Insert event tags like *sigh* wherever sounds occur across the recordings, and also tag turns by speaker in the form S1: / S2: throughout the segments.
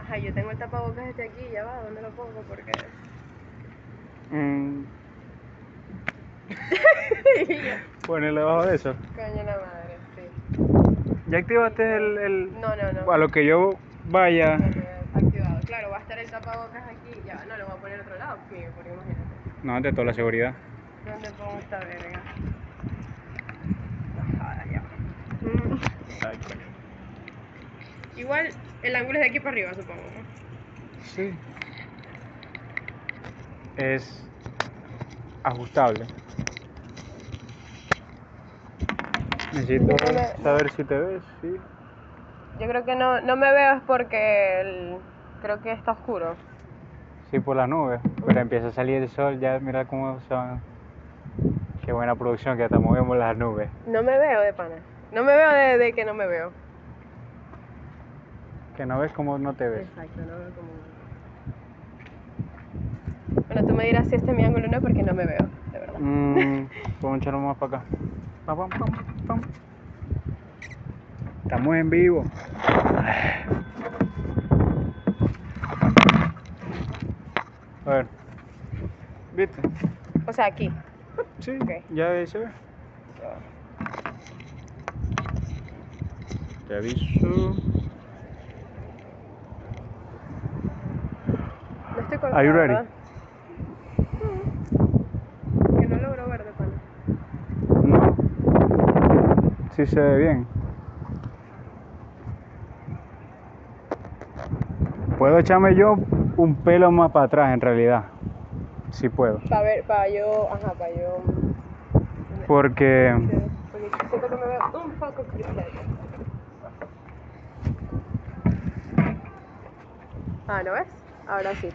S1: Ajá, yo tengo el tapabocas este aquí, ya va, ¿dónde lo pongo? Porque.
S2: Mm,
S1: Y yo,
S2: ponerle abajo de eso.
S1: Coño la madre, sí.
S2: ¿Ya activaste el, el-
S1: No, no, no.
S2: A lo que yo vaya.
S1: No, no, no, Activado. Claro, va a estar el tapabocas aquí, ya va, no lo voy a poner a otro lado, porque, porque imagínate.
S2: No, de toda la seguridad.
S1: ¿Dónde pongo esta verga? No jodas, ya va. Mm.
S2: Ay, coño.
S1: Igual el ángulo es de aquí para arriba, supongo. ¿no?
S2: Sí. Es ajustable. Necesito saber si te ves, sí.
S1: Yo creo que no, no me veo es porque el- creo que está oscuro.
S2: Sí, por las nubes. Pero empieza a salir el sol, ya mira cómo son. Qué buena producción que hasta movemos las nubes.
S1: No me veo de pana. No me veo de, de que no me veo.
S2: Que no ves cómo no te ves.
S1: Exacto, no veo como... Bueno, tú me dirás si este es mi ángulo o no porque no me veo, de verdad.
S2: Mmm, vamos a echarlo más para acá. Pam, pam, pam, pam. Estamos en vivo. A ver. ¿Viste?
S1: O sea, aquí.
S2: Sí,
S1: Ok.
S2: ya ahí se ve. Te aviso.
S1: No estoy con
S2: Are you ready?
S1: Mm. Que no logro ver de pana.
S2: No. Sí se ve bien. Puedo echarme yo un pelo más para atrás en realidad. Sí puedo.
S1: Para ver, para yo... Ajá, para yo... mm,
S2: Porque
S1: Porque siento que me veo un poco cristiana. Ah, ¿no ves? Ahora sí.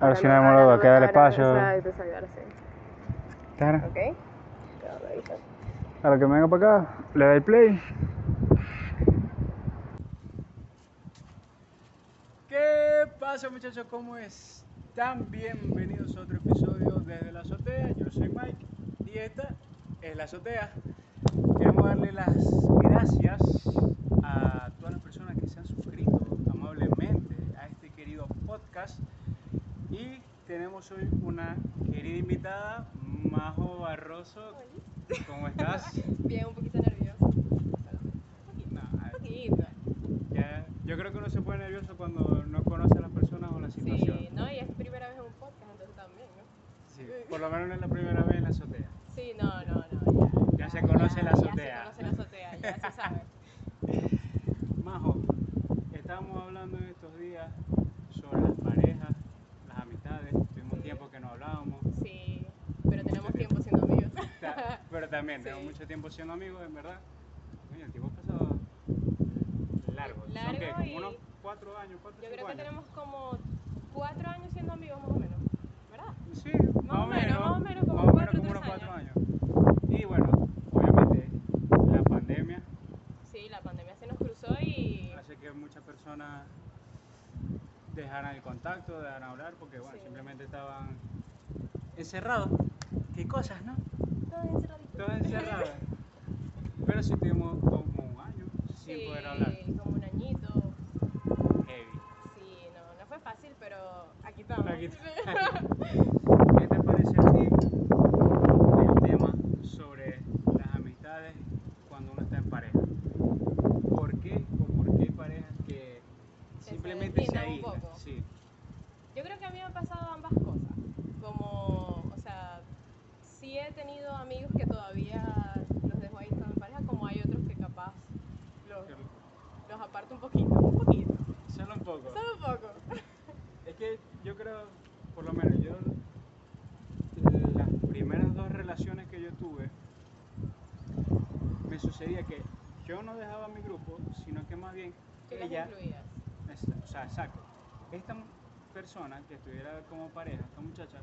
S2: ahora sí
S1: no
S2: no hemos logrado, queda el
S1: ahora-
S2: espacio.
S1: Exacto, exacto, ahora sí.
S2: Tara,
S1: ¿Ok? Ya, ahí está.
S2: A lo que venga para acá, le doy play. ¿Qué pasa muchachos? ¿Cómo están? Bienvenidos a otro episodio desde la azotea. Yo soy Mike y esta es la azotea. Queremos darle las gracias a todas las personas que se han suscrito amablemente a este querido podcast. Y tenemos hoy una querida invitada, Majo Barroso. ¿Cómo estás?
S1: Bien, un poquito nervioso.
S2: No,
S1: poquito.
S2: ya- yo creo que uno se pone nervioso cuando no conoce a las personas o la situación.
S1: Sí, no, y es primera vez en un podcast, entonces también, ¿no?
S2: Sí, por lo menos no es la primera vez en la azotea.
S1: Sí, no, no, no, ya.
S2: Ya se conoce la azotea.
S1: Ya se conoce la azotea, ya se
S2: *laughs*
S1: sabe.
S2: Majo, estábamos hablando en estos días sobre las parejas, las amistades. Tuvimos
S1: Sí.
S2: tiempo que no hablábamos,
S1: Sí, pero tenemos tiempo siendo amigos.
S2: ta- pero también tenemos
S1: Sí.
S2: mucho tiempo siendo amigos, en verdad. Oye, el tiempo ha pasado largo. Son
S1: Largo
S2: que como
S1: y-
S2: unos cuatro años, cuatro
S1: Yo
S2: cinco
S1: creo que
S2: años.
S1: tenemos como cuatro años siendo amigos más o menos, ¿verdad?
S2: Sí,
S1: Más o menos, más o menos, como
S2: más o
S1: cuatro,
S2: menos
S1: tres
S2: como unos cuatro años. Y bueno, obviamente la pandemia
S1: Sí, la pandemia se nos cruzó y
S2: hace que muchas personas dejaran el contacto, dejaran hablar, porque bueno,
S1: Sí.
S2: simplemente estaban encerrados. Qué cosas, ¿no?
S1: todo encerradito.
S2: Todos
S1: *laughs*
S2: encerrados. Pero sí tuvimos como un año sin
S1: Sí,
S2: poder hablar.
S1: como un añito.
S2: Heavy.
S1: Sí, no, no fue fácil, pero aquí estamos.
S2: Aquí
S1: *laughs*
S2: ¿Qué te parece a ti el tema sobre las amistades cuando uno está en pareja? ¿Por qué o por qué hay parejas que
S1: Se
S2: simplemente se
S1: deslindan un
S2: aíslan?
S1: poco.
S2: Sí,
S1: Yo creo que a mí me han pasado ambas cosas. Como, o sea, sí he tenido amigos que todavía los dejo ahí estando en pareja, como hay otros que capaz los, los aparto un poquito, un poquito,
S2: solo un poco.
S1: solo un poco.
S2: Es que yo creo, por lo menos yo, las primeras dos relaciones que yo tuve, me sucedía que yo no dejaba mi grupo, sino que más bien
S1: Tú los
S2: ella
S1: incluías.
S2: Es- O sea, exacto. Esta mu- persona que estuviera como pareja, esta muchacha,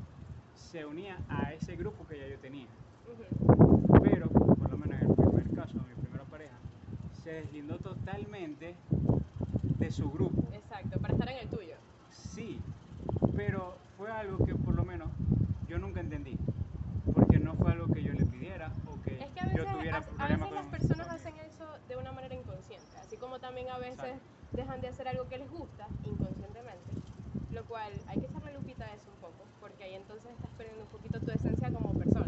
S2: se unía a ese grupo que ya yo tenía.
S1: Ujú.
S2: Pero, por lo menos en el primer caso, mi primera pareja, se deslindó totalmente de su grupo.
S1: Exacto, para estar en el tuyo.
S2: Sí, pero fue algo que por lo menos yo nunca entendí. Porque no fue algo que yo le pidiera o que,
S1: Es que a veces,
S2: yo tuviera
S1: a- a
S2: problemas
S1: veces
S2: con
S1: las personas hacen eso de una manera inconsciente, así como también a veces
S2: Exacto.
S1: dejan de hacer algo que les gusta inconscientemente, lo cual hay que echarle lupita a eso un poco, porque ahí entonces estás perdiendo un poquito tu esencia como persona.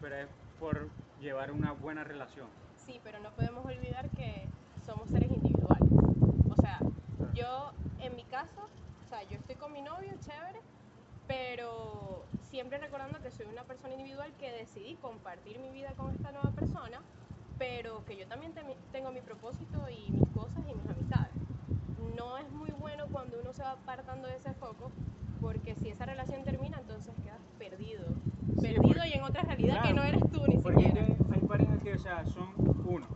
S2: Pero es por llevar una buena relación.
S1: Sí, pero no podemos olvidar que somos seres individuales. O sea, yo en mi caso, o sea, yo estoy con mi novio, chévere, pero siempre recordando que soy una persona individual que decidí compartir mi vida con esta nueva persona, pero que yo también temi- tengo mi propósito y mis cosas y mis amistades. No es muy bueno cuando uno se va apartando de ese foco, porque si esa relación termina, entonces quedas perdido.
S2: Sí,
S1: Perdido
S2: porque-
S1: y en otra realidad que
S2: claro,
S1: no eres tú ni
S2: Porque
S1: siquiera.
S2: hay, hay parejas que, o sea, son uno,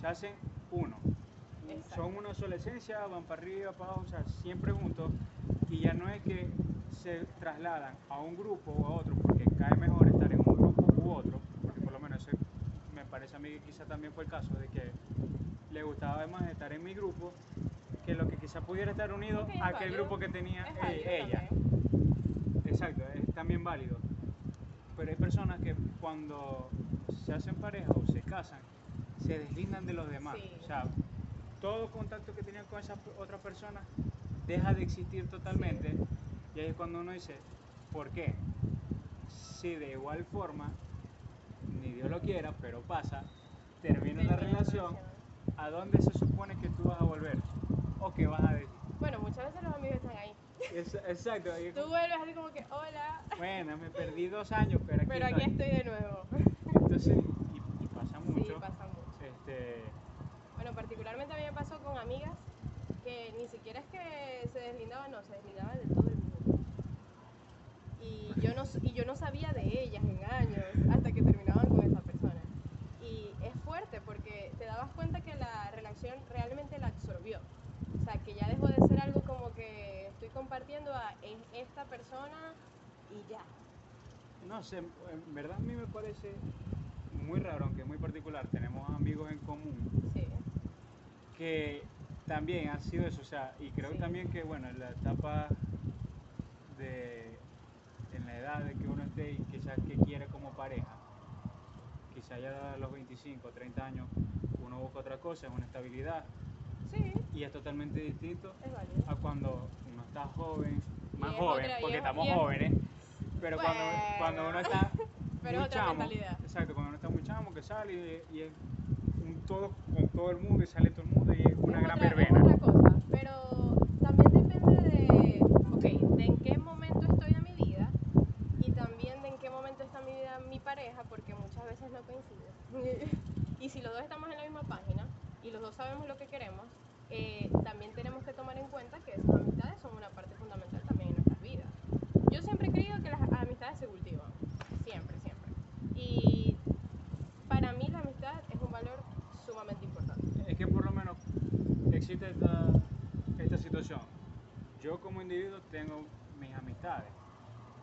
S2: se hacen uno.
S1: Exacto.
S2: Son una sola esencia, van para arriba, para abajo, o sea, siempre juntos. Y ya no es que se trasladan a un grupo o a otro, porque cae mejor estar en un grupo u otro, porque por lo menos ese me parece a mí que quizá también fue el caso de que le gustaba más estar en mi grupo que lo que quizá pudiera estar unido
S1: Ok, es
S2: a aquel
S1: válido.
S2: grupo que tenía
S1: Es
S2: eh,
S1: válido
S2: ella.
S1: también.
S2: Exacto, es también válido. Pero hay personas que cuando se hacen pareja o se casan, se deslindan de los demás.
S1: Sí.
S2: O sea, todo contacto que tenían con esas otras personas deja de existir totalmente. Y ahí es cuando uno dice, ¿por qué? Si de igual forma, ni Dios lo quiera, pero pasa, termina la relación, ¿a dónde se supone que tú vas a volver? ¿O que vas a *laughs* decir?
S1: Bueno, muchas veces los amigos están ahí.
S2: Es- Exacto. ahí es
S1: Tú vuelves así como que, hola,
S2: como, Bueno, me perdí dos años, pero aquí
S1: pero aquí estoy de nuevo.
S2: Entonces, y, y pasa mucho.
S1: Sí, pasa mucho.
S2: Este,
S1: Bueno, particularmente a mí me pasó con amigas que ni siquiera es que se deslindaban, no, se deslindaban de todo el mundo. Y yo no, s- y yo no sabía de ellas en años hasta que terminaban con esa persona. Y es fuerte porque te dabas cuenta que la relación realmente la absorbió. O sea, que ya dejó de ser algo como que estoy compartiendo a "Es esta persona y ya.
S2: no sé, en verdad a mí me parece muy raro, aunque muy particular. Tenemos amigos en común
S1: Sí,
S2: que también han sido eso, o sea, y creo
S1: Sí.
S2: también que, bueno, en la etapa de. en la edad de que uno esté y quizás que quiere como pareja, quizás ya a los 25, 30 años, uno busca otra cosa, es una estabilidad,
S1: sí,
S2: y es totalmente distinto
S1: es válido.
S2: a cuando uno está joven, más
S1: es
S2: joven,
S1: otra- y
S2: porque
S1: es-
S2: estamos
S1: y es-
S2: jóvenes, pero cuando,
S1: Bueno.
S2: cuando uno está
S1: *laughs* Pero
S2: muy
S1: es otra
S2: chamo,
S1: mentalidad.
S2: exacto, cuando uno está muy chamo que sale y, y es un todo con todo el mundo y sale todo el mundo y es una
S1: es
S2: gran
S1: otra, es
S2: verbena.
S1: otra cosa, pero también depende de, ok, de en qué momento estoy de mi vida y también de en qué momento está mi vida mi pareja, porque muchas veces no coincide. *laughs* y si los dos estamos en la misma página y los dos sabemos lo que queremos, eh, también tenemos que tomar en cuenta que esas amistades son una parte fundamental también en nuestras vidas. Yo siempre he creído que las amistades se cultivan, siempre, siempre. Y para mí la amistad es un valor sumamente importante.
S2: Es que por lo menos existe esta, esta situación. Yo como individuo tengo mis amistades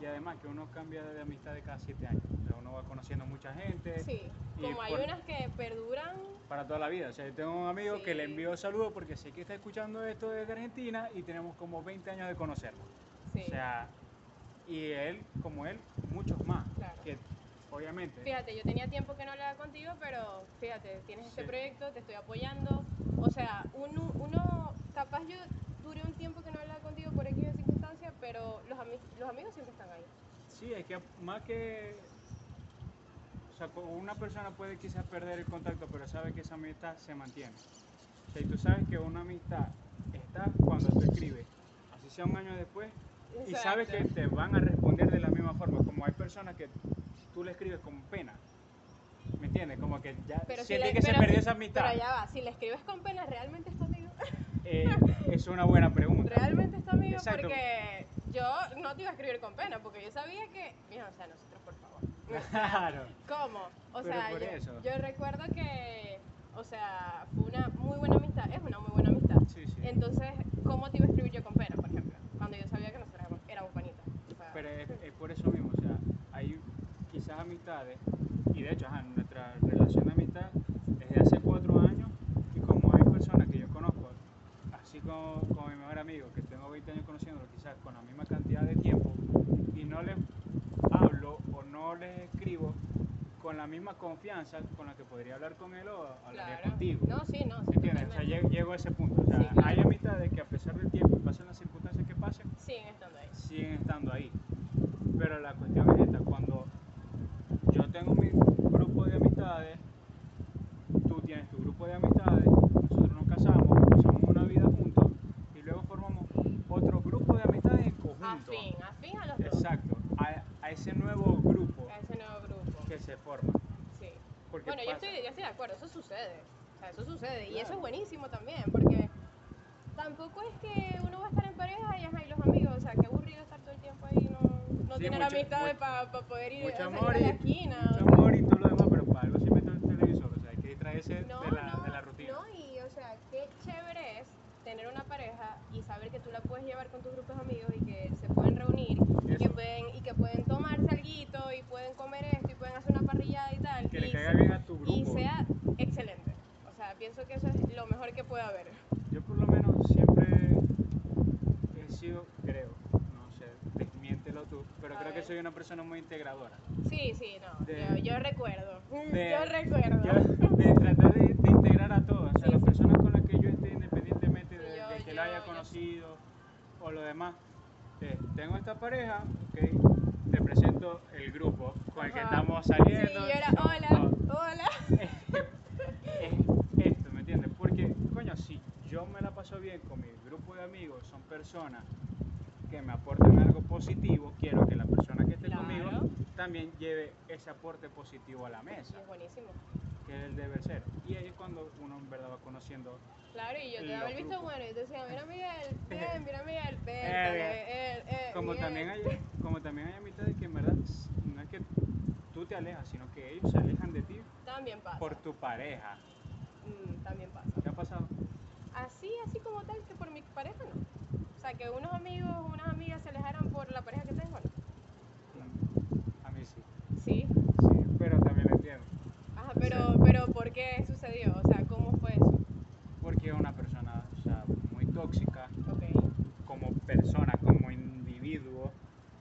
S2: y además que uno cambia de amistad de cada siete años. O sea, uno va conociendo mucha gente.
S1: Sí,
S2: Y
S1: como hay
S2: por-
S1: unas que perduran,
S2: para toda la vida. O sea, yo tengo un amigo que le
S1: Sí.
S2: envío saludos porque sé que está escuchando esto desde Argentina y tenemos como 20 años de conocernos.
S1: sí.
S2: O sea, y él, como él, muchos más.
S1: Claro.
S2: Que obviamente.
S1: Fíjate, yo tenía tiempo que no hablaba contigo, pero fíjate, tienes este
S2: Sí.
S1: proyecto, te estoy apoyando. O sea, uno, uno capaz yo duré un tiempo que no hablaba contigo por X circunstancias, pero los, ami- los amigos siempre están ahí.
S2: Sí, es que más que. O sea, co- una persona puede quizás perder el contacto, pero sabe que esa amistad se mantiene. O sea, y tú sabes que una amistad está cuando tú escribes, así sea un año después, y sabes que
S1: Exacto.
S2: te van a responder de la misma forma. Como hay personas que tú le escribes con pena, ¿me entiendes? Como que ya
S1: Pero si
S2: sientes
S1: le-
S2: que se
S1: pero
S2: perdió
S1: si-
S2: esa amistad.
S1: Pero ya va, si le escribes con pena, ¿realmente es tu amigo? *laughs*
S2: Eh, es una buena pregunta.
S1: Realmente es tu amigo
S2: Exacto.
S1: porque yo no te iba a escribir con pena, porque yo sabía que, mira, o sea, nosotros por favor.
S2: *laughs* Claro.
S1: ¿Cómo? O
S2: Pero
S1: sea,
S2: por
S1: yo,
S2: eso.
S1: yo recuerdo que, o sea, fue una muy buena amistad, es una muy buena amistad.
S2: Sí, sí.
S1: Entonces, ¿cómo te iba a escribir yo con pena, por ejemplo? Cuando yo sabía que nosotros éramos, éramos panitas. O sea,
S2: Pero es, es por eso mismo, o sea, hay quizás amistades, y de hecho, ajá, nuestra relación de amistad es de hace cuatro años, y como hay personas que yo conozco, así como, como mi mejor amigo, que tengo 20 años conociéndolo, quizás con la misma cantidad de tiempo, y no les hablo o no les escribo con la misma confianza con la que podría hablar con él o hablaría
S1: Claro.
S2: contigo.
S1: No, sí, no. sí,
S2: ¿Entiendes? O sea,
S1: totalmente.
S2: llego, llego a ese punto. O sea,
S1: Sí, claro.
S2: hay amistades que a pesar del tiempo y pasen las circunstancias que pasen,
S1: Siguen estando ahí.
S2: siguen estando ahí. Pero la cuestión es esta, cuando yo tengo mi grupo de amistades, tú tienes tu grupo de amistades, nosotros nos casamos, pasamos una vida juntos y luego formamos otro grupo de amistades en conjunto.
S1: Afín, afín a los dos.
S2: Exacto, a, a ese nuevo grupo
S1: A ese nuevo grupo.
S2: que se forma.
S1: Sí.
S2: Porque
S1: Bueno, yo
S2: pasa-
S1: estoy, yo estoy de acuerdo, eso sucede. O sea, eso sucede. Y eso
S2: Claro.
S1: es buenísimo también, porque tampoco es que uno va a estar en pareja y ajá, y los amigos. O sea, qué aburrido estar todo el tiempo ahí y no, no
S2: Sí,
S1: tener
S2: mucho-
S1: amistades
S2: mu-
S1: para poder ir,
S2: mucho
S1: a salir
S2: amor
S1: a la
S2: y-
S1: esquina.
S2: mucho
S1: o sea.
S2: amor y todo lo demás, pero para algo se mete el televisor, o sea, hay que distraerse de, la, de la rutina.
S1: No, y o sea, qué chévere es tener una pareja y saber que tú la puedes llevar con tus grupos de amigos y que se pueden reunir y que
S2: Eso.
S1: pueden, y que pueden tomarse alguito y pueden comer esto y pueden hacer una parrillada y tal.
S2: Que le
S1: y
S2: caiga
S1: se-
S2: bien a tu
S1: y
S2: grupo.
S1: sea excelente. O sea, pienso que eso es lo mejor que puede haber.
S2: Yo por lo menos siempre he sido, creo, no sé, desmiéntelo tú, pero
S1: A
S2: creo
S1: ver.
S2: que soy una persona muy integradora.
S1: Sí, sí, no.
S2: De-
S1: yo, yo recuerdo.
S2: de-
S1: *laughs* yo recuerdo.
S2: Yo, de tratar de, de integrar a todos, o sea,
S1: Sí,
S2: las
S1: sí.
S2: personas con las que yo esté, independientemente de,
S1: Sí, yo-
S2: de que
S1: yo-
S2: la haya
S1: yo-
S2: conocido o lo demás. Eh, tengo esta pareja, ok, te presento el grupo con el que
S1: Ajá.
S2: estamos
S1: Sí,
S2: saliendo.
S1: yo era,
S2: somos
S1: hola,
S2: todos".
S1: hola.
S2: es esto, ¿me entiendes? Porque, coño, si yo me la paso bien con mi grupo de amigos, son personas que me aportan algo positivo, quiero que la persona que esté
S1: Claro.
S2: conmigo también lleve ese aporte positivo a la mesa,
S1: Y es buenísimo.
S2: que es el deber ser. Y ahí es cuando uno en verdad va conociendo.
S1: Claro, y yo te
S2: Los
S1: daba el visto
S2: grupos.
S1: bueno y te decía, mira
S2: *laughs*
S1: Miguel, bien, mira Miguel, bien,
S2: bien.
S1: eh, eh,
S2: Como
S1: bien".
S2: también, hay, como también hay amistades que en verdad no es que tú te alejas, sino que ellos se alejan de ti
S1: También pasa.
S2: por tu pareja.
S1: Mm, también pasa.
S2: ¿Te ha pasado?
S1: Así, así como tal, que por mi pareja no. O sea, que unos amigos, unas amigas se alejaran por la pareja que tengo, no.
S2: Mm, A mí sí.
S1: Sí.
S2: Sí, pero también lo entiendo.
S1: Ajá, pero, pero ¿por qué sucedió? O sea, ¿cómo fue eso?
S2: porque es una persona o sea, muy tóxica
S1: Ok.
S2: como persona, como individuo.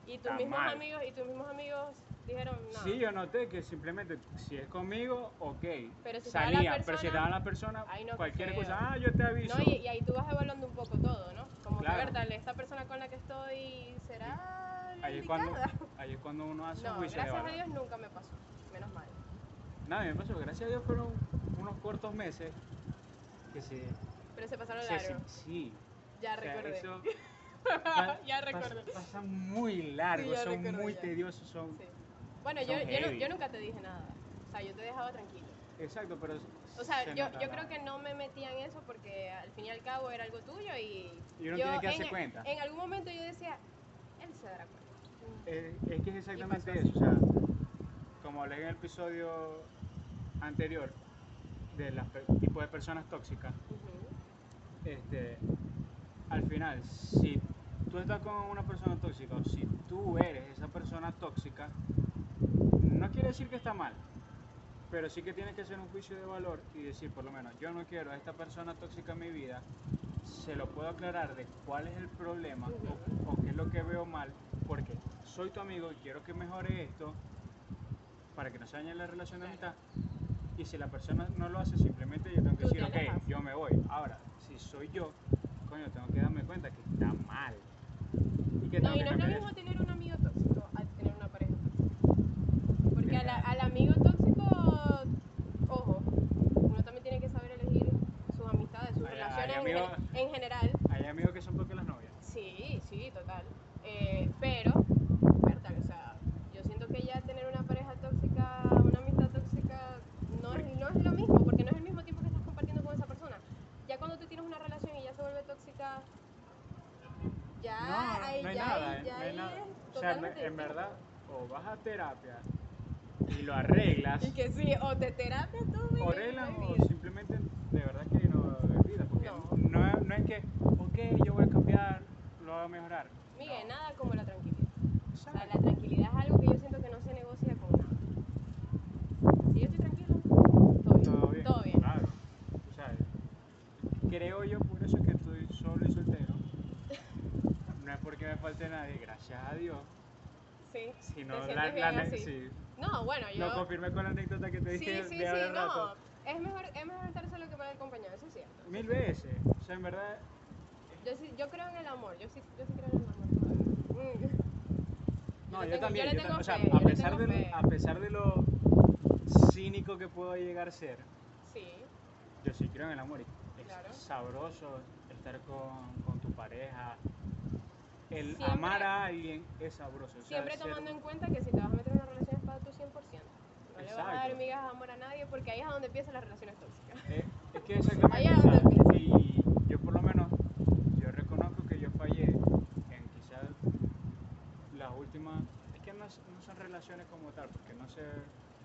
S1: Y tus
S2: Está
S1: mismos
S2: mal.
S1: amigos, y tus mismos amigos dijeron no.
S2: Sí, yo noté que simplemente si es conmigo, ok,
S1: Pero si estaba la
S2: salía, pero si
S1: persona-
S2: estaba la persona,
S1: Ay, no, qué
S2: cualquier
S1: feo.
S2: cosa, ah, yo te aviso.
S1: No, y, y ahí tú vas evaluando un poco todo, ¿no? Como que,
S2: Claro.
S1: "Ver, tal, esta persona con la que estoy será la
S2: Ahí es cuando,
S1: *laughs*
S2: *laughs*
S1: indicada".
S2: ahí es cuando uno hace
S1: No,
S2: un juicio de
S1: gracias a
S2: valor.
S1: Dios nunca me pasó, menos mal.
S2: Nada, me pasó, gracias a Dios fueron unos cortos meses que se...
S1: Pero se pasaron
S2: se-
S1: largo.
S2: sí,
S1: Ya
S2: o sea,
S1: recordé. *laughs*
S2: eso pa-
S1: ya
S2: pas-
S1: recordé.
S2: pasan muy largos,
S1: ya
S2: son
S1: recordé,
S2: muy
S1: ya.
S2: tediosos, son...
S1: Sí. Bueno, yo,
S2: Son
S1: yo, no-
S2: heavy.
S1: yo nunca te dije nada. O sea, yo te dejaba tranquilo.
S2: Exacto, pero...
S1: O sea,
S2: se
S1: yo,
S2: nota
S1: yo
S2: la-
S1: creo que no me metía en eso porque al fin y al cabo era algo tuyo y.
S2: Y uno tiene que darse
S1: en,
S2: cuenta.
S1: En algún momento yo decía, él se dará cuenta.
S2: Eh, es que es
S1: pasó
S2: exactamente
S1: así.
S2: eso. O sea, como hablé en el episodio anterior de los tipos de personas tóxicas,
S1: Ujú.
S2: este, al final, si tú estás con una persona tóxica o si tú eres esa persona tóxica, no quiere decir que está mal, pero sí que tienes que hacer un juicio de valor y decir, por lo menos, yo no quiero a esta persona tóxica en mi vida, se lo puedo aclarar de cuál es el problema o, o qué es lo que veo mal, porque soy tu amigo y quiero que mejore esto para que no se dañe la relación de amistad. Y si la persona no lo hace, simplemente yo tengo que
S1: Tú te
S2: decir, ok,
S1: alejas".
S2: yo me voy. Ahora, si soy yo, coño, tengo que darme cuenta que está mal. Y que
S1: No,
S2: tengo
S1: y no es
S2: que
S1: lo
S2: cambiar eso.
S1: mismo tener un amigo tóxico a tener una pareja tóxica. Porque a la-
S2: Claro.
S1: al amigo tóxico, ojo, uno también tiene que saber elegir sus amistades, sus
S2: Hay- hay
S1: relaciones en,
S2: amigos-
S1: gen- en general.
S2: Hay amigos que son porque las novias.
S1: Sí, sí, total. Eh, pero, Bertal, o sea, yo siento que ya tener una pareja tóxica, una amistad tóxica, no es, no es lo mismo, porque no es el mismo tiempo que estás compartiendo con esa persona. Ya cuando tú tienes una relación y ya se vuelve tóxica, ya,
S2: no,
S1: Ah, ahí,
S2: no hay
S1: ya,
S2: nada. eh,
S1: ahí, ya
S2: no hay
S1: ahí es
S2: nada. O sea, en,
S1: totalmente
S2: en
S1: distinto.
S2: verdad, o vas a terapia y lo arreglas,
S1: Y que sí, o te terapias tú, mi
S2: o arreglas,
S1: mi
S2: o
S1: vida.
S2: simplemente de verdad que no olvidas. Porque
S1: No.
S2: no, no es que, ok, yo voy a cambiar, lo voy a mejorar.
S1: Miguel,
S2: No.
S1: nada como la tranquilidad. O sea, la
S2: Exacto.
S1: tranquilidad es algo que yo siento que no se negocia con nada. Si yo estoy tranquilo, todo bien.
S2: Todo bien.
S1: Todo bien.
S2: Claro. O sea, creo yo por eso que estoy solo y soltero. No es porque me falte nadie, gracias a Dios.
S1: Sí.
S2: Si
S1: ¿Te
S2: no, la,
S1: sientes
S2: la-
S1: bien así?
S2: sí.
S1: No, bueno, yo.
S2: Lo confirmé con la anécdota que te
S1: sí,
S2: dije
S1: sí, sí,
S2: de hace
S1: no.
S2: rato.
S1: Es mejor, es mejor estar solo que mal acompañado, eso es cierto.
S2: Mil veces. O sea, en verdad,
S1: Yo, sí, yo creo en el amor, yo sí, yo sí creo en el amor todavía. Mm.
S2: No,
S1: le
S2: yo,
S1: tengo-
S2: también.
S1: yo le tengo
S2: o sea,
S1: fe, yo
S2: a,
S1: le
S2: pesar
S1: tengo
S2: de,
S1: fe.
S2: lo- a pesar de lo cínico que puedo llegar a ser,
S1: Sí,
S2: yo sí creo en el amor. Es
S1: Claro.
S2: sabroso estar con, con tu pareja. El
S1: Siempre-
S2: amar a alguien es sabroso. o sea,
S1: siempre
S2: ser-
S1: tomando en cuenta que si te vas a meter en una relación es para tu 100%. No le vas a dar
S2: Exacto.
S1: migas de amor a nadie porque ahí es a donde empiezan las relaciones tóxicas. *laughs*
S2: Eh, es que exactamente.
S1: Allá
S2: o sea,
S1: donde empieza.
S2: y yo por lo menos, yo reconozco que yo fallé en quizás las últimas. Es que no, s- no son relaciones como tal, porque no se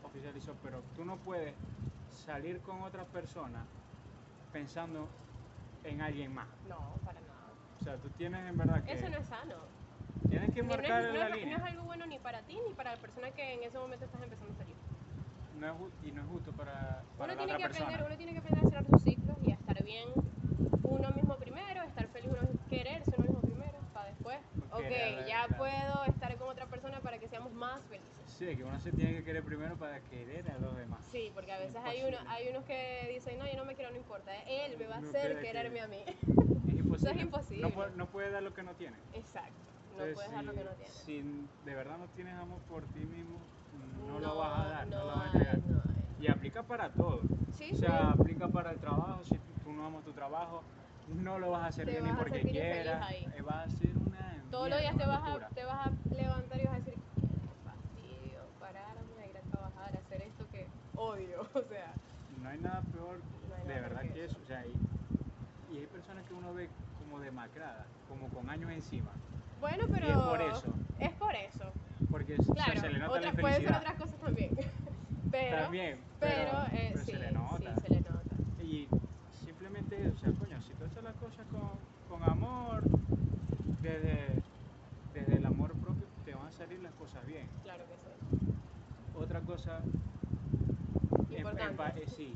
S2: oficializó, pero tú no puedes salir con otra persona pensando en alguien más.
S1: No, para nada.
S2: O sea, tú tienes en verdad que.
S1: Eso no es sano.
S2: Tienes Eh, que
S1: Ni- No es,
S2: marcar
S1: no
S2: la
S1: es- no
S2: línea.
S1: es algo bueno ni para ti ni para la persona que en ese momento estás empezando a salir.
S2: No es ju- y no es justo para, para
S1: Uno
S2: la
S1: tiene,
S2: otra
S1: que aprender,
S2: persona.
S1: uno tiene que aprender a cerrar sus ciclos y a estar bien uno mismo primero, estar feliz, uno quererse uno mismo primero, para después, ok,
S2: Querer, eh,
S1: ya
S2: claro.
S1: puedo estar con otra persona para que seamos más felices.
S2: Sí, que uno se tiene que querer primero para querer a los demás.
S1: Sí, porque a veces hay, uno,
S2: Imposible.
S1: hay unos que dicen, no, yo no me quiero, no importa, eh, él me va a
S2: No
S1: hacer
S2: queda que-
S1: quererme a mí. *laughs*
S2: Es imposible.
S1: imposible.
S2: No, puede- no puede dar lo que no tiene.
S1: Exacto, no
S2: Entonces,
S1: puedes dar lo
S2: si-
S1: que no tienes.
S2: Si de verdad no tienes amor por ti mismo, no, lo vas a dar, no, lo vas a
S1: hay,
S2: entregar.
S1: no hay.
S2: Y aplica para todo.
S1: Sí,
S2: O sea,
S1: sí,
S2: aplica para el trabajo. Si tú no amas tu trabajo, no lo vas a hacer
S1: Te
S2: bien
S1: vas
S2: ni
S1: a
S2: porque
S1: sentir infeliz
S2: quieras.
S1: ahí.
S2: eh, Va a ser una.
S1: todos los
S2: mierda,
S1: días te
S2: una
S1: vas,
S2: tortura.
S1: a, te vas a levantar y vas a decir, qué fastidio, pararme, a ir a trabajar, a hacer esto que odio, *laughs* o sea.
S2: No hay nada peor,
S1: No hay nada
S2: de
S1: peor
S2: verdad,
S1: que
S2: que eso.
S1: eso.
S2: O sea, y, y hay personas que uno ve como demacradas, como con años encima.
S1: Bueno, pero.
S2: Y es por eso.
S1: Es por eso.
S2: Porque o sea,
S1: Claro.
S2: se le nota
S1: otras,
S2: la
S1: pueden ser
S2: infelicidad.
S1: otras cosas también. *laughs* Pero.
S2: También.
S1: Pero, eh,
S2: pero
S1: sí,
S2: se le nota.
S1: sí, se le nota.
S2: Y simplemente, o sea, coño, si tú haces las cosas con, con amor, desde, desde el amor propio, te van a salir las cosas bien.
S1: Claro que sí.
S2: Otra cosa, en- en
S1: Importante.
S2: pa- eh, sí,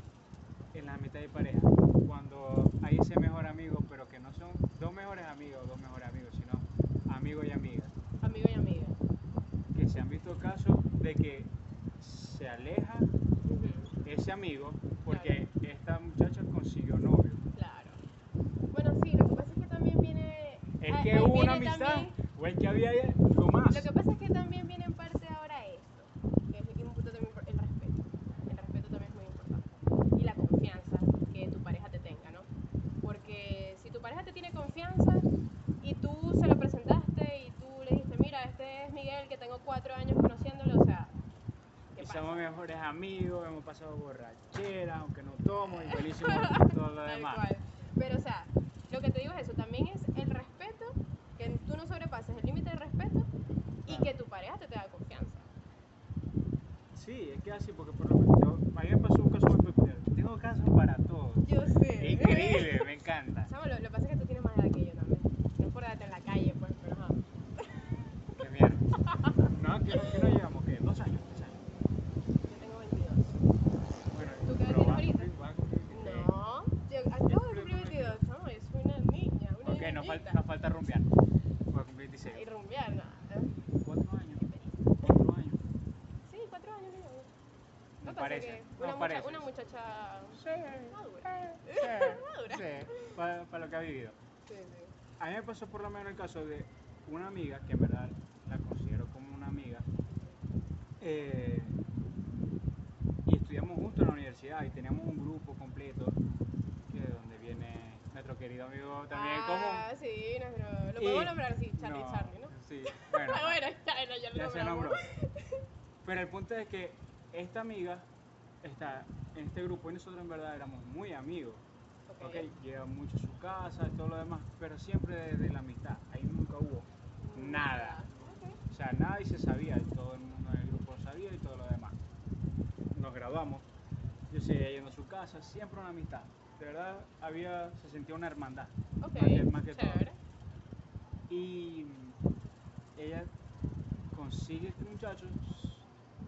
S2: en la mitad de pareja, cuando hay ese mejor amigo, pero que no son dos mejores amigos, dos mejores amigos, sino amigos y amigas,
S1: Amigo y amiga.
S2: que se han visto casos de que se aleja
S1: Ujú,
S2: ese amigo porque esta muchacha consiguió novio.
S1: Claro. Bueno, sí, lo que pasa es que también viene.
S2: Es
S1: ah,
S2: que
S1: ahí
S2: hubo una
S1: viene
S2: amistad,
S1: también-
S2: o es que había algo más.
S1: Lo que pasa es que también viene en parte ahora esto, que es un punto también por- el respeto. El respeto también es muy importante. Y la confianza que tu pareja te tenga, ¿no? Porque si tu pareja te tiene confianza y tú se lo presentaste y tú le dijiste, mira, este es Miguel, que tengo cuatro años conociéndolo, o sea, ¿qué
S2: Y
S1: pasa?
S2: somos mejores amigos, hemos pasado borracheras, aunque no tomo,
S1: *laughs*
S2: y buenísimo con todo lo
S1: Tal
S2: demás.
S1: cual. Pero, o sea, lo que te digo es eso, también es el respeto, que tú no sobrepases el límite de respeto y
S2: Claro.
S1: que tu pareja te tenga confianza.
S2: Sí, es que así, porque por lo menos yo- a mí me pasó un caso muy peculiar. Tengo casos para todos.
S1: Yo sé.
S2: Increíble, me encanta.
S1: Chamo, lo, lo que pasa es que tú tienes más edad que yo también. No es por darte en la calle, pues, pero ajá.
S2: Qué mierda. No, que no, que no llevamos, que dos años, tres años.
S1: Yo tengo 22.
S2: Bueno,
S1: ¿Tú qué edad
S2: pero
S1: tienes
S2: vas a
S1: ahorita?
S2: cumplir, vas a cumplir, que-
S1: No, yo acabo de cumplir 22, chamo, yo soy una niña, una
S2: Ok, nos, fal-
S1: niñita.
S2: nos falta rumbear. Voy a cumplir
S1: Y
S2: 16.
S1: rumbear, nada.
S2: Cuatro años,
S1: Qué feliz.
S2: cuatro años.
S1: Sí, cuatro años, mira.
S2: Me
S1: Lo que pasa es
S2: parece,
S1: que
S2: no
S1: una, mucha,
S2: parece.
S1: una muchacha
S2: Sí,
S1: madura.
S2: sí, sí, para, para lo que ha vivido.
S1: Sí, sí.
S2: A mí me pasó por lo menos el caso de una amiga, que en verdad la considero como una amiga, eh, y estudiamos juntos en la universidad y teníamos un grupo completo, que de donde viene nuestro querido amigo también
S1: ah,
S2: común.
S1: sí, nuestro... Lo
S2: Y-
S1: podemos nombrar así, Charlie,
S2: No,
S1: Charlie, ¿no?
S2: Sí, bueno,
S1: *laughs* Ah, bueno, ya, ya lo
S2: ya se nombró.
S1: nombramos.
S2: Pero el punto es que esta amiga está en este grupo y nosotros en verdad éramos muy amigos. Ok, lleva mucho a su casa y todo lo demás, pero siempre desde la amistad. Ahí nunca hubo nada.
S1: Ok.
S2: O sea, nadie se sabía, y todo el mundo en el grupo sabía y todo lo demás. Nos graduamos, yo seguía yendo a su casa, siempre una amistad. De verdad, había, se sentía una hermandad.
S1: Ok,
S2: Más que- más que todo.
S1: chévere.
S2: Y ella consigue este muchacho,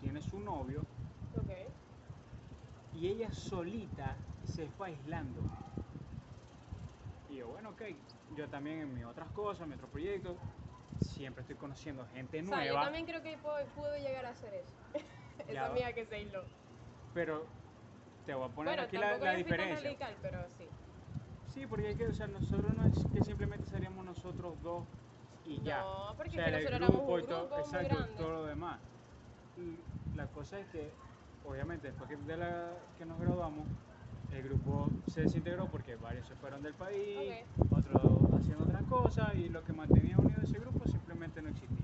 S2: tiene su novio,
S1: Ok.
S2: y ella solita se fue aislando. Y yo, bueno, ok, yo también en mis otras cosas, en mis otros proyectos, siempre estoy conociendo gente
S1: O sea, yo
S2: nueva,
S1: también creo que puedo- pudo llegar a hacer eso. *laughs*
S2: Ya
S1: Esa
S2: va.
S1: amiga que se hiló.
S2: pero te voy a poner
S1: Bueno,
S2: aquí la,
S1: tampoco
S2: la
S1: yo fui tan
S2: diferencia.
S1: radical, pero sí.
S2: Sí, porque hay que, o sea, nosotros no es que simplemente seríamos nosotros dos y ya.
S1: No, porque
S2: o sea,
S1: es que nosotros
S2: el
S1: éramos
S2: grupo
S1: un
S2: y todo,
S1: grupo muy
S2: exacto,
S1: grande.
S2: todo lo demás. Y la cosa es que, obviamente, después que- de la, que nos graduamos, el grupo se desintegró porque varios se fueron del país, otros hacían otras cosas y lo que mantenía unido ese grupo simplemente no existía.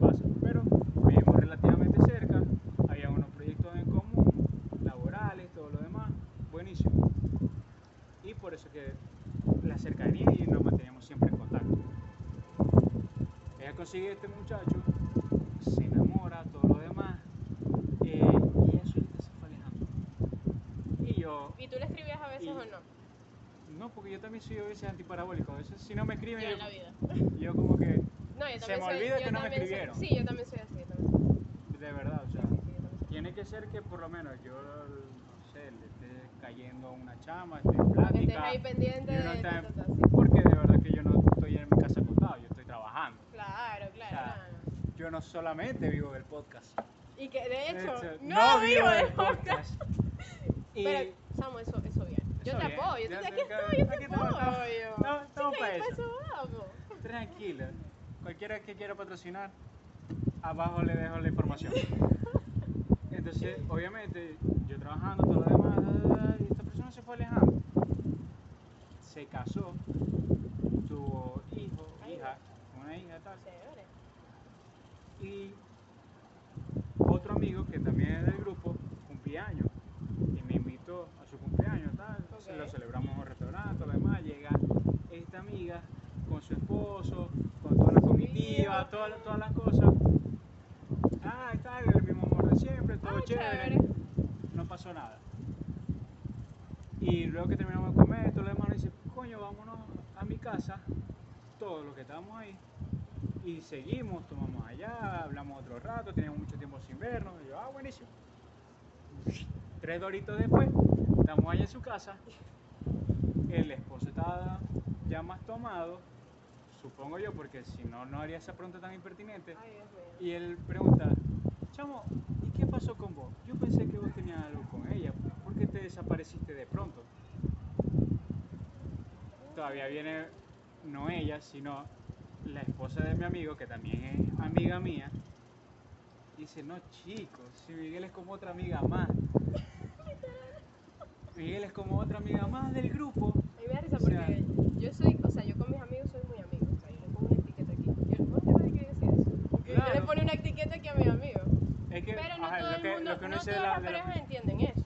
S2: Pasa, pero vivimos relativamente cerca, había unos proyectos en común, laborales, todo lo demás, buenísimo. Y por eso que la cercanía y nos manteníamos siempre en contacto. Ella consigue este muchacho, se enamora, todo lo demás, eh, y ella solita se fue alejando. Y yo,
S1: ¿Y tú le escribías a veces
S2: Y-
S1: o no?
S2: no, porque yo también soy a veces antiparabólico, a veces si no me
S1: Yo
S2: escriben,
S1: en
S2: yo,
S1: la vida.
S2: yo como que,
S1: No, yo también
S2: Se me
S1: soy,
S2: olvida
S1: yo
S2: que no me
S1: también soy-
S2: escribieron.
S1: sí, yo también soy así. Yo también soy
S2: de verdad, o sea,
S1: así, sí, yo también soy
S2: tiene que ser que por lo menos yo, no sé, le esté cayendo una chama, esté en plática.
S1: así. Que estés ahí pendiente
S2: y
S1: de...
S2: uno está
S1: ta, ta, ta, sí.
S2: Porque de verdad que yo no estoy en mi casa acostado, yo estoy trabajando.
S1: Claro, claro.
S2: sea,
S1: no, no.
S2: Yo no solamente vivo del podcast.
S1: Y que de hecho,
S2: De hecho,
S1: no, vivo de *laughs*
S2: del
S1: podcast. *laughs*
S2: Y
S1: Pero, Samu, eso, eso bien. Yo
S2: Eso
S1: te
S2: bien,
S1: apoyo.
S2: ya
S1: Yo te,
S2: te
S1: aquí
S2: acabo-
S1: estoy, yo te
S2: aquí estamos, estamos-
S1: apoyo.
S2: no, estamos
S1: Chica,
S2: pa'
S1: y pa'
S2: eso.
S1: vamos.
S2: tranquila, cualquiera que quiera patrocinar, abajo le dejo la información. Entonces, obviamente, yo trabajando, todo lo demás, y esta persona se fue alejando. Se casó, tuvo hijo,
S1: Ay,
S2: hija, una hija, tal.
S1: Chévere.
S2: y otro amigo que también es del grupo cumplía años y me invitó a su cumpleaños tal entonces
S1: Ok.
S2: lo celebramos en un restaurante todo lo demás llega esta amiga con su esposo con toda la comitiva
S1: Mira.
S2: toda la- todas las cosas ah y tal el mismo amor de siempre todo
S1: Ah,
S2: chévere no pasó nada. Y luego que terminamos de comer, todo lo demás, nos dice, coño, vámonos a mi casa, todos los que estábamos ahí. Y seguimos, tomamos allá, hablamos otro rato, teníamos mucho tiempo sin vernos. Y yo, ah, buenísimo. Tres doritos después, estamos allá en su casa. El esposo estaba ya más tomado, supongo yo, porque si no, no haría esa pregunta tan impertinente.
S1: Ay, Dios mío.
S2: Y él pregunta, chamo, ¿y qué pasó con vos? Yo pensé que vos tenías algo con ella, ¿por qué te desapareciste de pronto? Todavía viene, no ella, sino la esposa de mi amigo, que también es amiga mía, y dice, no chicos, si Miguel es como otra amiga
S1: *laughs*
S2: más. Miguel es como otra amiga más del grupo.
S1: A mí me da risa
S2: O
S1: porque
S2: sea-
S1: yo soy, o sea, yo con mis amigos soy muy amigo, o sea, yo le pongo una etiqueta aquí. Yo no tengo nadie que decir eso. Porque Yo le
S2: Claro.
S1: pongo una etiqueta aquí a mis amigos.
S2: Es que,
S1: Pero no
S2: ajá,
S1: todo
S2: lo
S1: el
S2: que-
S1: mundo,
S2: lo que uno
S1: no
S2: dice de
S1: todas
S2: la-
S1: las
S2: de la-
S1: parejas entienden eso.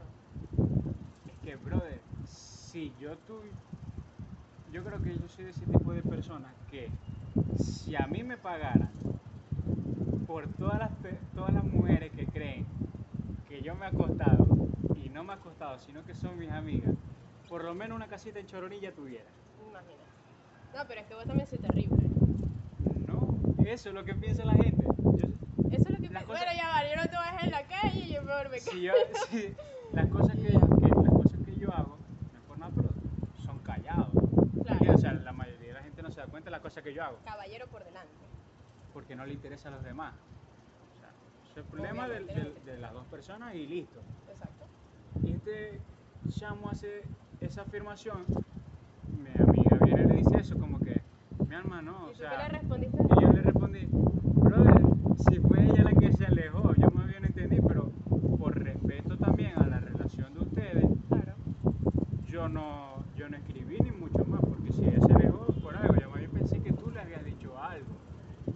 S2: Es que, brother, si yo tuve. Yo creo que yo soy de ese tipo de personas que, si a mí me pagaran por todas las, pe- todas las mujeres que creen que yo me he acostado, y no me he acostado, sino que son mis amigas, por lo menos una casita en Choronilla tuviera.
S1: Imagínate. No, pero es que vos también sois terrible.
S2: No, eso es lo que piensa la gente. Yo-
S1: Eso es lo que
S2: Las
S1: Bueno,
S2: cosas-
S1: ya vale, yo no te voy a dejar en la calle y yo mejor me
S2: si yo-
S1: *laughs*
S2: si- las, cosas que, que- las cosas que yo hago, no es por nada, pero son callados.
S1: Claro.
S2: O sea, la mayoría de la gente no se da cuenta de las cosas que yo hago.
S1: Caballero por delante.
S2: porque no le interesa a los demás. O sea, es el problema del-
S1: Obviamente.
S2: del- de las dos personas y listo.
S1: Exacto.
S2: Y este chamo hace esa afirmación, mi amiga viene y le dice eso, como que, mi alma no,
S1: ¿Y
S2: o
S1: tú qué le
S2: sea,
S1: respondiste?
S2: y yo le respondí, brother, si fue ella la que se alejó, yo más bien entendí, pero por respeto también a la relación de ustedes,
S1: Claro.
S2: yo no, yo no escribí ni mucho más, porque si ella se alejó por algo, yo más bien pensé que tú le habías dicho algo,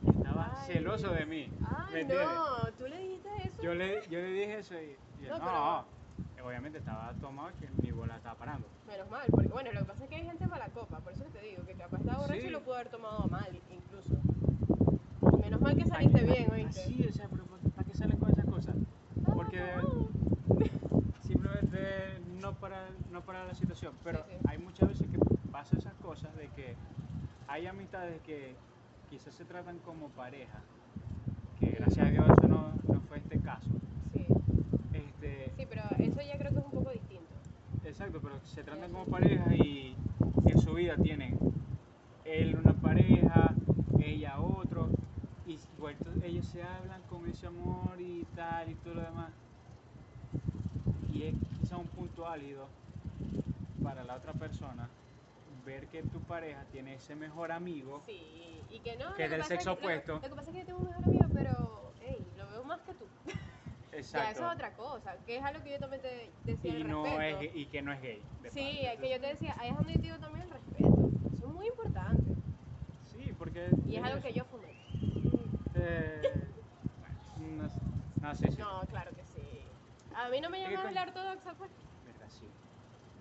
S2: y estabas
S1: Ay.
S2: celoso de mí. ¿Me
S1: Ay,
S2: entiendes?
S1: no, tú le dijiste eso.
S2: Yo le, yo le dije eso y, y él,
S1: No,
S2: no,
S1: pero-
S2: no". obviamente estaba tomado que mi bola estaba parando.
S1: Menos mal, porque bueno, lo que pasa es que hay gente para la copa, por eso que te digo, que capaz estaba borracho
S2: Sí.
S1: y lo pudo haber tomado a mal, incluso. Y menos mal que saliste
S2: Ay,
S1: bien,
S2: ay,
S1: oíste.
S2: Sí, o sea, pero ¿por- ¿para qué salen con esas cosas?
S1: Ah,
S2: porque-
S1: no.
S2: Simplemente no para, no para la situación. Pero
S1: Sí, sí.
S2: hay muchas veces que pasa esas cosas de que hay amistades que quizás se tratan como pareja, que gracias a Dios eso no, no fue este caso.
S1: Sí,
S2: Este,
S1: sí, pero eso ya creo que es un poco distinto.
S2: Exacto, pero se tratan
S1: eso
S2: como
S1: es.
S2: pareja y en su vida tienen él una pareja, ella pues, ellos se hablan con ese amor y tal y todo lo demás. Y es quizá un punto álido para la otra persona ver que tu pareja tiene ese mejor amigo.
S1: Sí, y que no.
S2: Que
S1: lo
S2: del
S1: pasa
S2: sexo
S1: es que- lo-
S2: opuesto.
S1: Lo, que pasa es que yo tengo un mejor amigo, pero ey, lo veo más que tú. Ya, eso es otra cosa, que es algo que yo también te decía.
S2: y,
S1: al
S2: no es,
S1: respecto.
S2: gay- y que no es gay. de
S1: Sí,
S2: paso.
S1: es que yo te decía, ahí es donde yo te digo también el respeto. Eso es muy importante.
S2: Sí, porque.
S1: Y es algo que yo fumé.
S2: Eh, *laughs* no, sé- no sé si.
S1: No, claro que sí. A mí no me llamaron la ortodoxa, pues.
S2: Verdad, sí.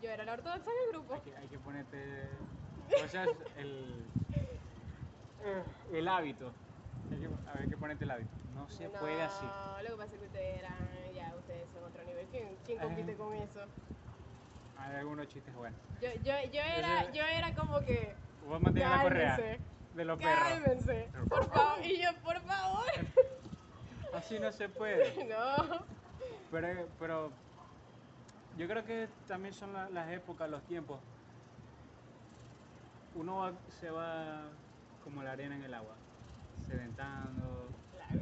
S1: Yo era la ortodoxa del grupo.
S2: Hay que, hay que ponerte. O sea, es el. El hábito. Hay que, a ver, hay que ponerte el hábito. No se
S1: No,
S2: puede así.
S1: Lo que pasa es que ustedes eran, ya, ustedes son otro nivel. ¿Quién, quién
S2: Ajá.
S1: compite con eso?
S2: Hay algunos chistes buenos.
S1: Yo, yo, yo, era,
S2: Ese-
S1: yo era como que.
S2: Voy a mantener la correa
S1: Cálmense,
S2: de los perros.
S1: cálmense. Por favor. Y yo, por favor. *laughs*
S2: Así no se puede.
S1: No.
S2: Pero, pero yo creo que también son la- las épocas, los tiempos. Uno va- se va como la arena en el agua, sedentando.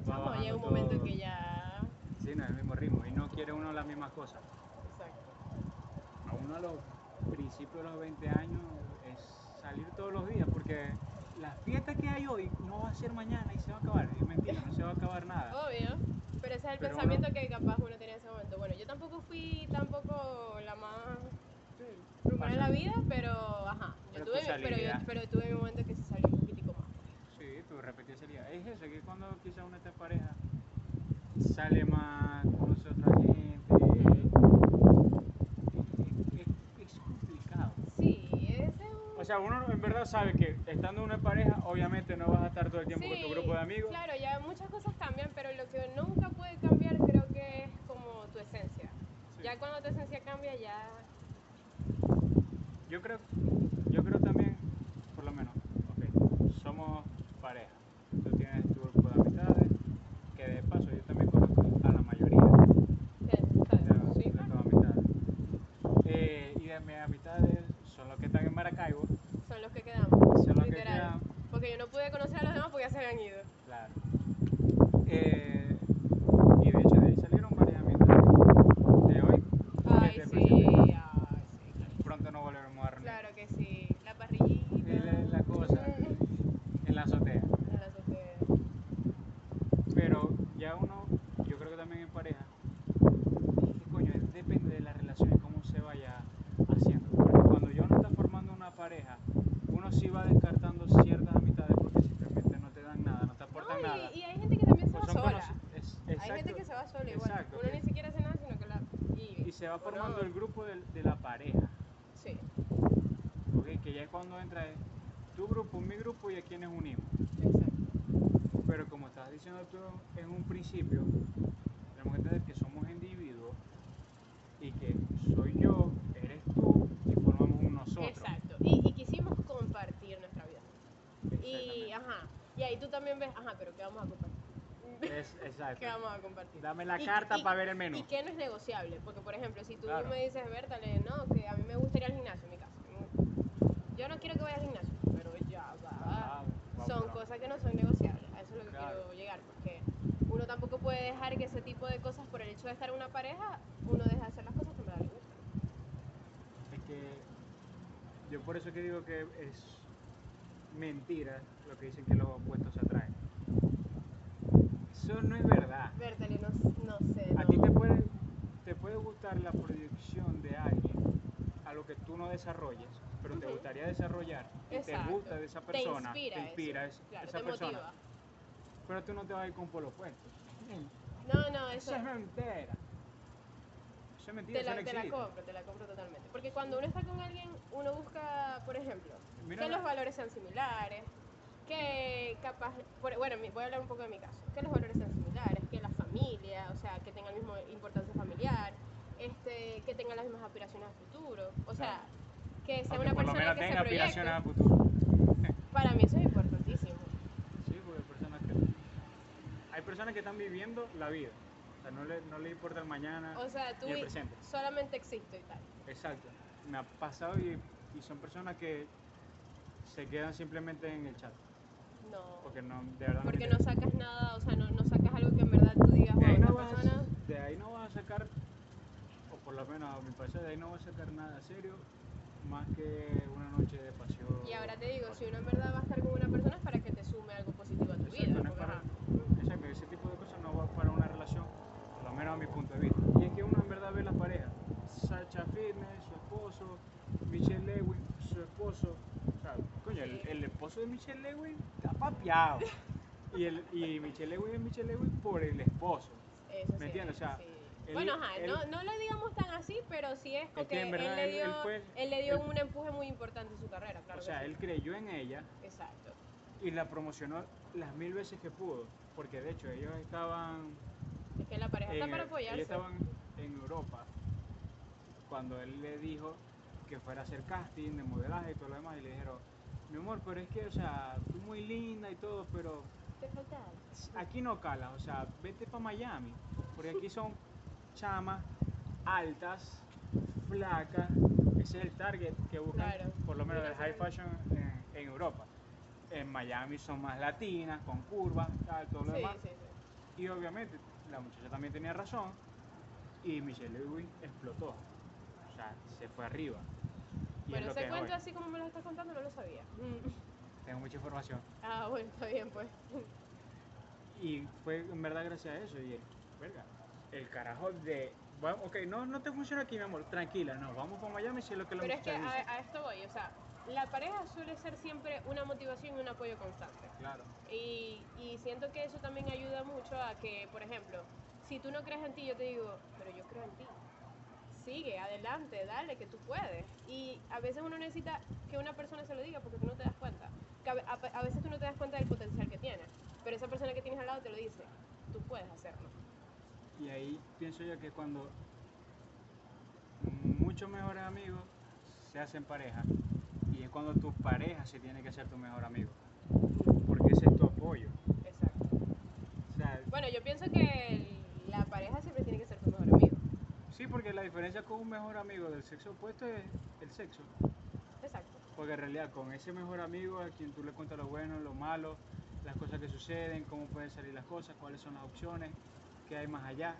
S1: Claro,
S2: Va
S1: chamo, llega un
S2: bajando
S1: momento
S2: todo.
S1: que ya.
S2: Sí, no es el mismo ritmo y no quiere uno las mismas cosas.
S1: Exacto.
S2: A uno a los principios de los 20 años es salir todos los días porque las fiestas que hay hoy no va a ser mañana y se va a acabar. Es mentira, no se va a acabar nada.
S1: Obvio. Pero ese es el
S2: Pero
S1: pensamiento
S2: uno-
S1: que capaz uno tenía en ese momento. Bueno, yo tampoco fui tampoco la más rumana en la
S2: Pasa.
S1: vida, pero ajá. Yo
S2: Pero
S1: tuve,
S2: tú
S1: mi- pero, yo,
S2: salías.
S1: pero tuve mi momento que sí salí un poquitico más.
S2: Sí, tu repetido sería. Es eso, que cuando quizá una está en pareja sale más, conoce a otra gente. Es, es- es complicado.
S1: Sí, ese es un.
S2: O sea, uno en verdad sabe que estando una pareja, obviamente no vas a estar todo el tiempo con
S1: Sí,
S2: tu grupo de amigos.
S1: Claro, ya muchas cosas cambian, pero lo que nunca puede cambiar creo que es como tu esencia.
S2: Sí.
S1: Ya cuando tu esencia cambia, ya.
S2: Yo creo, yo creo también, por lo menos, ok, somos pareja. Tú tienes tu grupo de amistades, que de paso yo también conozco a la mayoría.
S1: te-
S2: de
S1: ¿sabes?
S2: los-
S1: Sí,
S2: de
S1: claro.
S2: todas amistades. Eh, y de mis amistades son los que están en Maracaibo,
S1: Son los que quedamos.
S2: son los que
S1: literal.
S2: quedan.
S1: Porque yo no pude conocer a los demás porque ya se habían ido.
S2: Claro. Eh, y de hecho de ahí salieron varias amistades de hoy.
S1: Ay,
S2: que te
S1: sí,
S2: presenté.
S1: ay, sí, claro.
S2: Pronto no volveremos a reunir.
S1: Claro que sí, la parrillita.
S2: Eh, la- la
S1: *laughs*
S2: cosa. En la azotea.
S1: La azotea.
S2: Pero ya uno, yo creo que también en pareja, es que coño, es- depende de la relación y cómo se vaya haciendo. Porque cuando yo no está formando una pareja, uno sí va descartando ciertas amistades porque simplemente no te dan nada, no te aportan
S1: No, y-
S2: nada.
S1: y, hay gente que también se
S2: O
S1: va
S2: son
S1: sola.
S2: conoci- es-
S1: Hay gente
S2: exacto.
S1: que se va sola igual.
S2: Exacto,
S1: Uno
S2: que-
S1: ni siquiera hace nada, sino que la. Y,
S2: Y se va
S1: uno-
S2: formando el grupo del- de, la pareja.
S1: Sí,
S2: ¿ok? Que ya es cuando entra es tu grupo, mi grupo y a quienes unimos.
S1: exacto.
S2: Pero como estás diciendo tú en un principio, tenemos que entender que somos individuos y que soy yo, eres tú y formamos un nosotros.
S1: Exacto. Y, y quisimos compartir nuestra vida. Y,
S2: Exactamente.
S1: ajá. Y ahí tú también ves, ajá, pero ¿qué vamos a compartir? *laughs*
S2: Es- exacto.
S1: ¿Qué vamos a compartir?
S2: Dame la
S1: Y-
S2: carta
S1: y-
S2: para ver el menú.
S1: ¿Y qué no es negociable? Porque, por ejemplo, si tú
S2: Claro.
S1: me dices, Bertale, no, que a mí me gustaría ir al gimnasio en mi casa. Mm. Yo no quiero que vaya al gimnasio, pero ya va.
S2: Ah, wow,
S1: son
S2: wow.
S1: cosas que no son negociables. A eso es lo que
S2: Claro.
S1: quiero llegar, porque uno tampoco puede dejar que ese tipo de cosas, por el hecho de estar en una pareja, uno deja de hacer las cosas que en verdad le gustan.
S2: Es que yo por eso que digo que es mentira lo que dicen que los opuestos se atraen. Eso no es verdad.
S1: Bertale, no, no sé.
S2: A
S1: no.
S2: ti te puede, te puede gustar la proyección de alguien a lo que tú no desarrolles, pero te
S1: Ujú.
S2: gustaría desarrollar y te
S1: Exacto.
S2: gusta de esa
S1: Te
S2: persona,
S1: inspira eso,
S2: es-
S1: claro,
S2: esa
S1: te
S2: persona,
S1: motiva.
S2: pero tú no te vas a ir con polo opuesto.
S1: No, no, eso
S2: Eso es mentira. Eso es mentira,
S1: te
S2: eso
S1: la,
S2: no
S1: te la
S2: existe.
S1: compro, te la compro totalmente. Porque cuando uno está con alguien, uno busca, por ejemplo,
S2: Mira
S1: que
S2: la-
S1: los valores sean similares, que capaz, por- bueno, mi- voy a hablar un poco de mi caso, que los valores sean similares, que la familia, o sea, que tenga la misma importancia familiar, este, que tengan las mismas aspiraciones a futuro, o sea, que sea
S2: Aunque
S1: una
S2: por lo
S1: persona
S2: menos
S1: que se
S2: tenga aspiraciones a
S1: proyecte.
S2: futuro.
S1: Para mí eso es importantísimo.
S2: Sí, porque hay personas que... Hay personas que están viviendo la vida. O sea, no le, no le importa el mañana
S1: O sea, tú
S2: ni Ah, el
S1: y-
S2: presente.
S1: solamente existo y tal.
S2: Exacto. Me ha pasado y, y son personas que se quedan simplemente en el chat.
S1: No.
S2: Porque no, de verdad.
S1: Porque
S2: te-
S1: no sacas nada, o sea, no, no sacas algo que en verdad tú digas,
S2: de
S1: wow,
S2: ahí,
S1: esta
S2: no vas,
S1: persona.
S2: de ahí no vas a sacar, o por lo menos a mi parecer, de ahí no vas a sacar nada serio más que una noche de pasión.
S1: Y ahora te digo, si uno en verdad va a estar con una persona es para que te sume algo positivo a tu vida.
S2: Exacto, no es
S1: porque,
S2: para-
S1: ajá,
S2: exacto, ese tipo de cosas no va para una relación, por lo menos a mi punto de vista. Y es que uno en verdad ve las parejas. Sacha Fitness, su esposo, Michelle Lewin, su esposo. O sea, coño, el,
S1: Sí.
S2: el esposo de Michelle Lewin está papeado. Y, el, y Michelle Lewin es Michelle Lewin por el esposo.
S1: eso sí,
S2: ¿Me entiendes? O sea,
S1: sí.
S2: él-
S1: bueno, ajá,
S2: él-
S1: no, no lo digamos tan así, pero sí es como
S2: que
S1: que
S2: en
S1: él,
S2: verdad
S1: le
S2: él-
S1: dio,
S2: él fue-
S1: él le dio
S2: él-
S1: un empuje muy importante en su carrera, claro.
S2: O
S1: que
S2: sea,
S1: sí.
S2: él creyó en ella
S1: Exacto.
S2: y la promocionó las mil veces que pudo. Porque de hecho ellos estaban
S1: Es que la pareja
S2: en
S1: está para
S2: Eu- Ellos
S1: apoyarse.
S2: estaban en Europa cuando él le dijo que fuera a hacer casting de modelaje y todo lo demás y le dijeron, mi amor, pero es que, o sea, tú muy linda y todo, pero
S1: Te falta algo.
S2: aquí no calas, o sea, vete para Miami, porque aquí son chamas altas, flacas, ese es el target que buscan,
S1: Claro.
S2: por lo menos
S1: Mira,
S2: del high
S1: mira.
S2: fashion en, en Europa. En Miami son más latinas, con curvas, tal, todo lo
S1: Sí,
S2: demás.
S1: sí, sí.
S2: Y obviamente la muchacha también tenía razón y Michelle Lewis explotó. O sea, se fue arriba. Y es
S1: Bueno,
S2: lo que
S1: ese
S2: es hoy.
S1: cuento así como me lo estás contando no lo sabía. *laughs* Mm.
S2: Tengo mucha información.
S1: Ah, bueno, está bien pues.
S2: Y fue en verdad gracias a eso. Y el, verga, el carajo de... Bueno, ok, no, no te funciona aquí, mi amor. Tranquila, no. Vamos para Miami si es lo que la
S1: Pero es que
S2: muchacha dice.
S1: a, a esto voy, o sea, la pareja suele ser siempre una motivación y un apoyo constante.
S2: Claro.
S1: Y, y siento que eso también ayuda mucho a que, por ejemplo, si tú no crees en ti, yo te digo, pero yo creo en ti. Sigue, adelante, dale, que tú puedes. Y a veces uno necesita que una persona se lo diga porque tú no te das cuenta. Que a, ve- a- a veces tú no te das cuenta del potencial que tienes, pero esa persona que tienes al lado te lo dice, tú puedes hacerlo.
S2: Y ahí pienso yo que cuando muchos mejores amigos se hacen pareja y es cuando tu pareja se tiene que ser tu mejor amigo. Porque ese es tu apoyo.
S1: Exacto.
S2: O sea,
S1: Bueno, yo pienso que el- la pareja siempre tiene que ser tu mejor amigo.
S2: Sí, porque la diferencia con un mejor amigo del sexo opuesto es el sexo.
S1: Exacto.
S2: Porque en realidad con ese mejor amigo a quien tú le cuentas lo bueno, lo malo, las cosas que suceden, cómo pueden salir las cosas, cuáles son las opciones, qué hay más allá.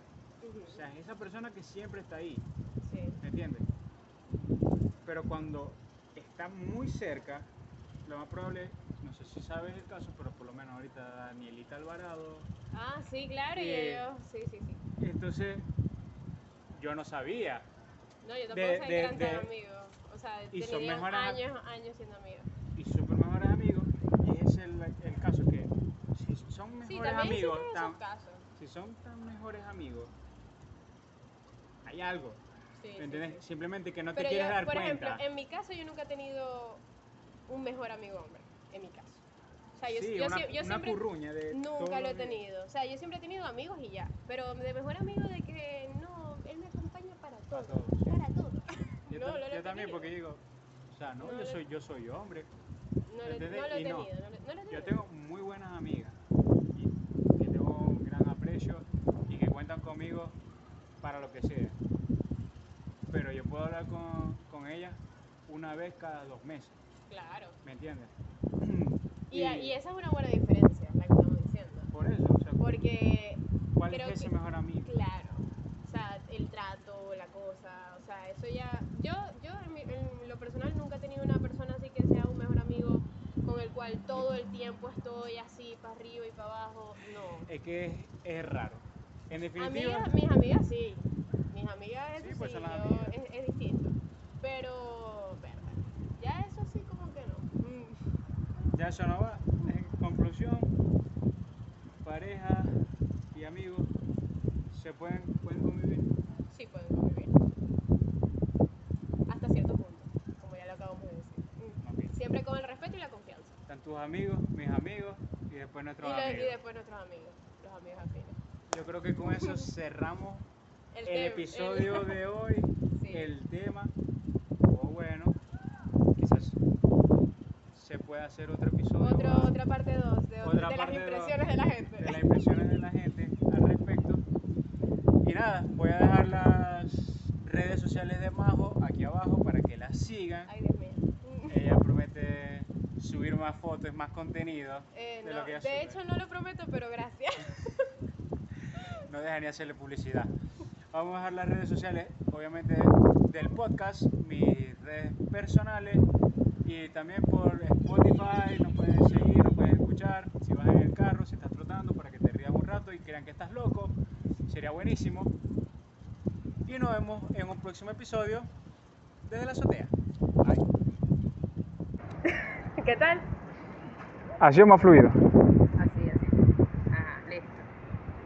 S1: Ujú.
S2: O sea, es esa persona que siempre está ahí,
S1: Sí.
S2: ¿me entiendes? Pero cuando está muy cerca, lo más probable, no sé si sabes el caso, pero por lo menos ahorita Danielita Alvarado,
S1: Ah, sí, claro, y
S2: Eh,
S1: ellos, sí, sí, sí.
S2: entonces yo no sabía
S1: No, yo tampoco
S2: de-
S1: sabía
S2: de-
S1: que eran tan
S2: de-
S1: amigos. O sea,
S2: y son
S1: tenían
S2: mejores am-
S1: años, años siendo amigos.
S2: y súper mejores amigos. Y ese es el, el caso que si son
S1: Sí,
S2: mejores
S1: también
S2: amigos,
S1: existen
S2: tan-
S1: esos casos.
S2: si son tan mejores amigos, hay algo.
S1: Sí,
S2: ¿Me
S1: sí,
S2: entiendes?
S1: sí.
S2: Simplemente que no te
S1: Pero
S2: quieres
S1: yo,
S2: dar
S1: por
S2: cuenta.
S1: ejemplo, em, en mi caso yo nunca he tenido un mejor amigo hombre, en mi caso. O sea, yo,
S2: sí,
S1: yo
S2: una,
S1: sie- yo
S2: una
S1: siempre
S2: curruña de todos
S1: nunca lo he
S2: los-
S1: tenido. O sea, yo siempre he tenido amigos y ya. Pero de mejor amigo de que no, él me acompaña para
S2: Para
S1: todo.
S2: todos, sí.
S1: Para todo.
S2: Yo,
S1: No,
S2: tam-
S1: no lo
S2: yo
S1: he
S2: también,
S1: tenido.
S2: porque digo, o sea, no,
S1: No
S2: yo,
S1: lo-
S2: soy, yo soy hombre.
S1: No lo,
S2: ¿Entendés?
S1: no lo he
S2: Y no.
S1: tenido. No, lo- no lo he tenido.
S2: Yo tengo muy buenas amigas y que tengo un gran aprecio y que cuentan conmigo para lo que sea. Pero yo puedo hablar con, con ellas una vez cada dos meses,
S1: Claro.
S2: ¿me entiendes?
S1: Y, y esa es una buena diferencia, la que estamos diciendo.
S2: por eso, o sea,
S1: Porque
S2: ¿cuál
S1: creo
S2: es ese
S1: que-
S2: mejor amigo?
S1: Claro. O sea, el trato, la cosa, o sea, eso ya... Yo, yo en, mi- en lo personal nunca he tenido una persona así que sea un mejor amigo con el cual todo el tiempo estoy así, para arriba y para abajo. No.
S2: Es que es, es raro. En definitiva,
S1: Amigas, mis amigas sí. Mis amigas eso
S2: Sí, pues
S1: sí,
S2: son las
S1: yo-
S2: amigas.
S1: Es, es distinto. Pero, verdad. Ya eso sí como que no. Mm,
S2: ya eso no va. En conclusión, pareja y amigos se pueden, pueden convivir.
S1: sí pueden convivir. Hasta cierto punto, como ya lo acabamos de decir. Mm.
S2: Ok.
S1: Siempre con el respeto y la confianza.
S2: Están tus amigos, mis amigos y después
S1: Y,
S2: nuestros
S1: los- y
S2: amigos.
S1: después nuestros amigos, los amigos afines.
S2: Yo creo que con eso
S1: *laughs*
S2: cerramos el,
S1: tem-
S2: episodio de hoy.
S1: *laughs* Sí.
S2: El tema, o bueno, quizás se puede hacer otro episodio
S1: Otro-
S2: más
S1: otra parte 2 de,
S2: Otra
S1: de las
S2: parte dos.
S1: impresiones de la gente. *laughs*
S2: de las impresiones de la gente al respecto. Y nada, voy a dejar las redes sociales *laughs* de Majo aquí abajo para que las sigan.
S1: Ay, Dios mío.
S2: Ella promete subir más fotos, más
S1: *laughs*
S2: contenido.
S1: Eh,
S2: de
S1: no,
S2: lo que ella
S1: de
S2: sube.
S1: hecho, no lo prometo, pero gracias.
S2: No deja ni hacerle publicidad. Vamos a dejar las redes sociales, obviamente, del podcast, mis redes personales y también por Spotify. Nos pueden seguir, nos pueden escuchar. Si vas en el carro, si estás trotando, para que te rías un rato y crean que estás loco, sería buenísimo. Y nos vemos en un próximo episodio desde la azotea.
S1: ¿Qué tal?
S2: Ha sido más fluido.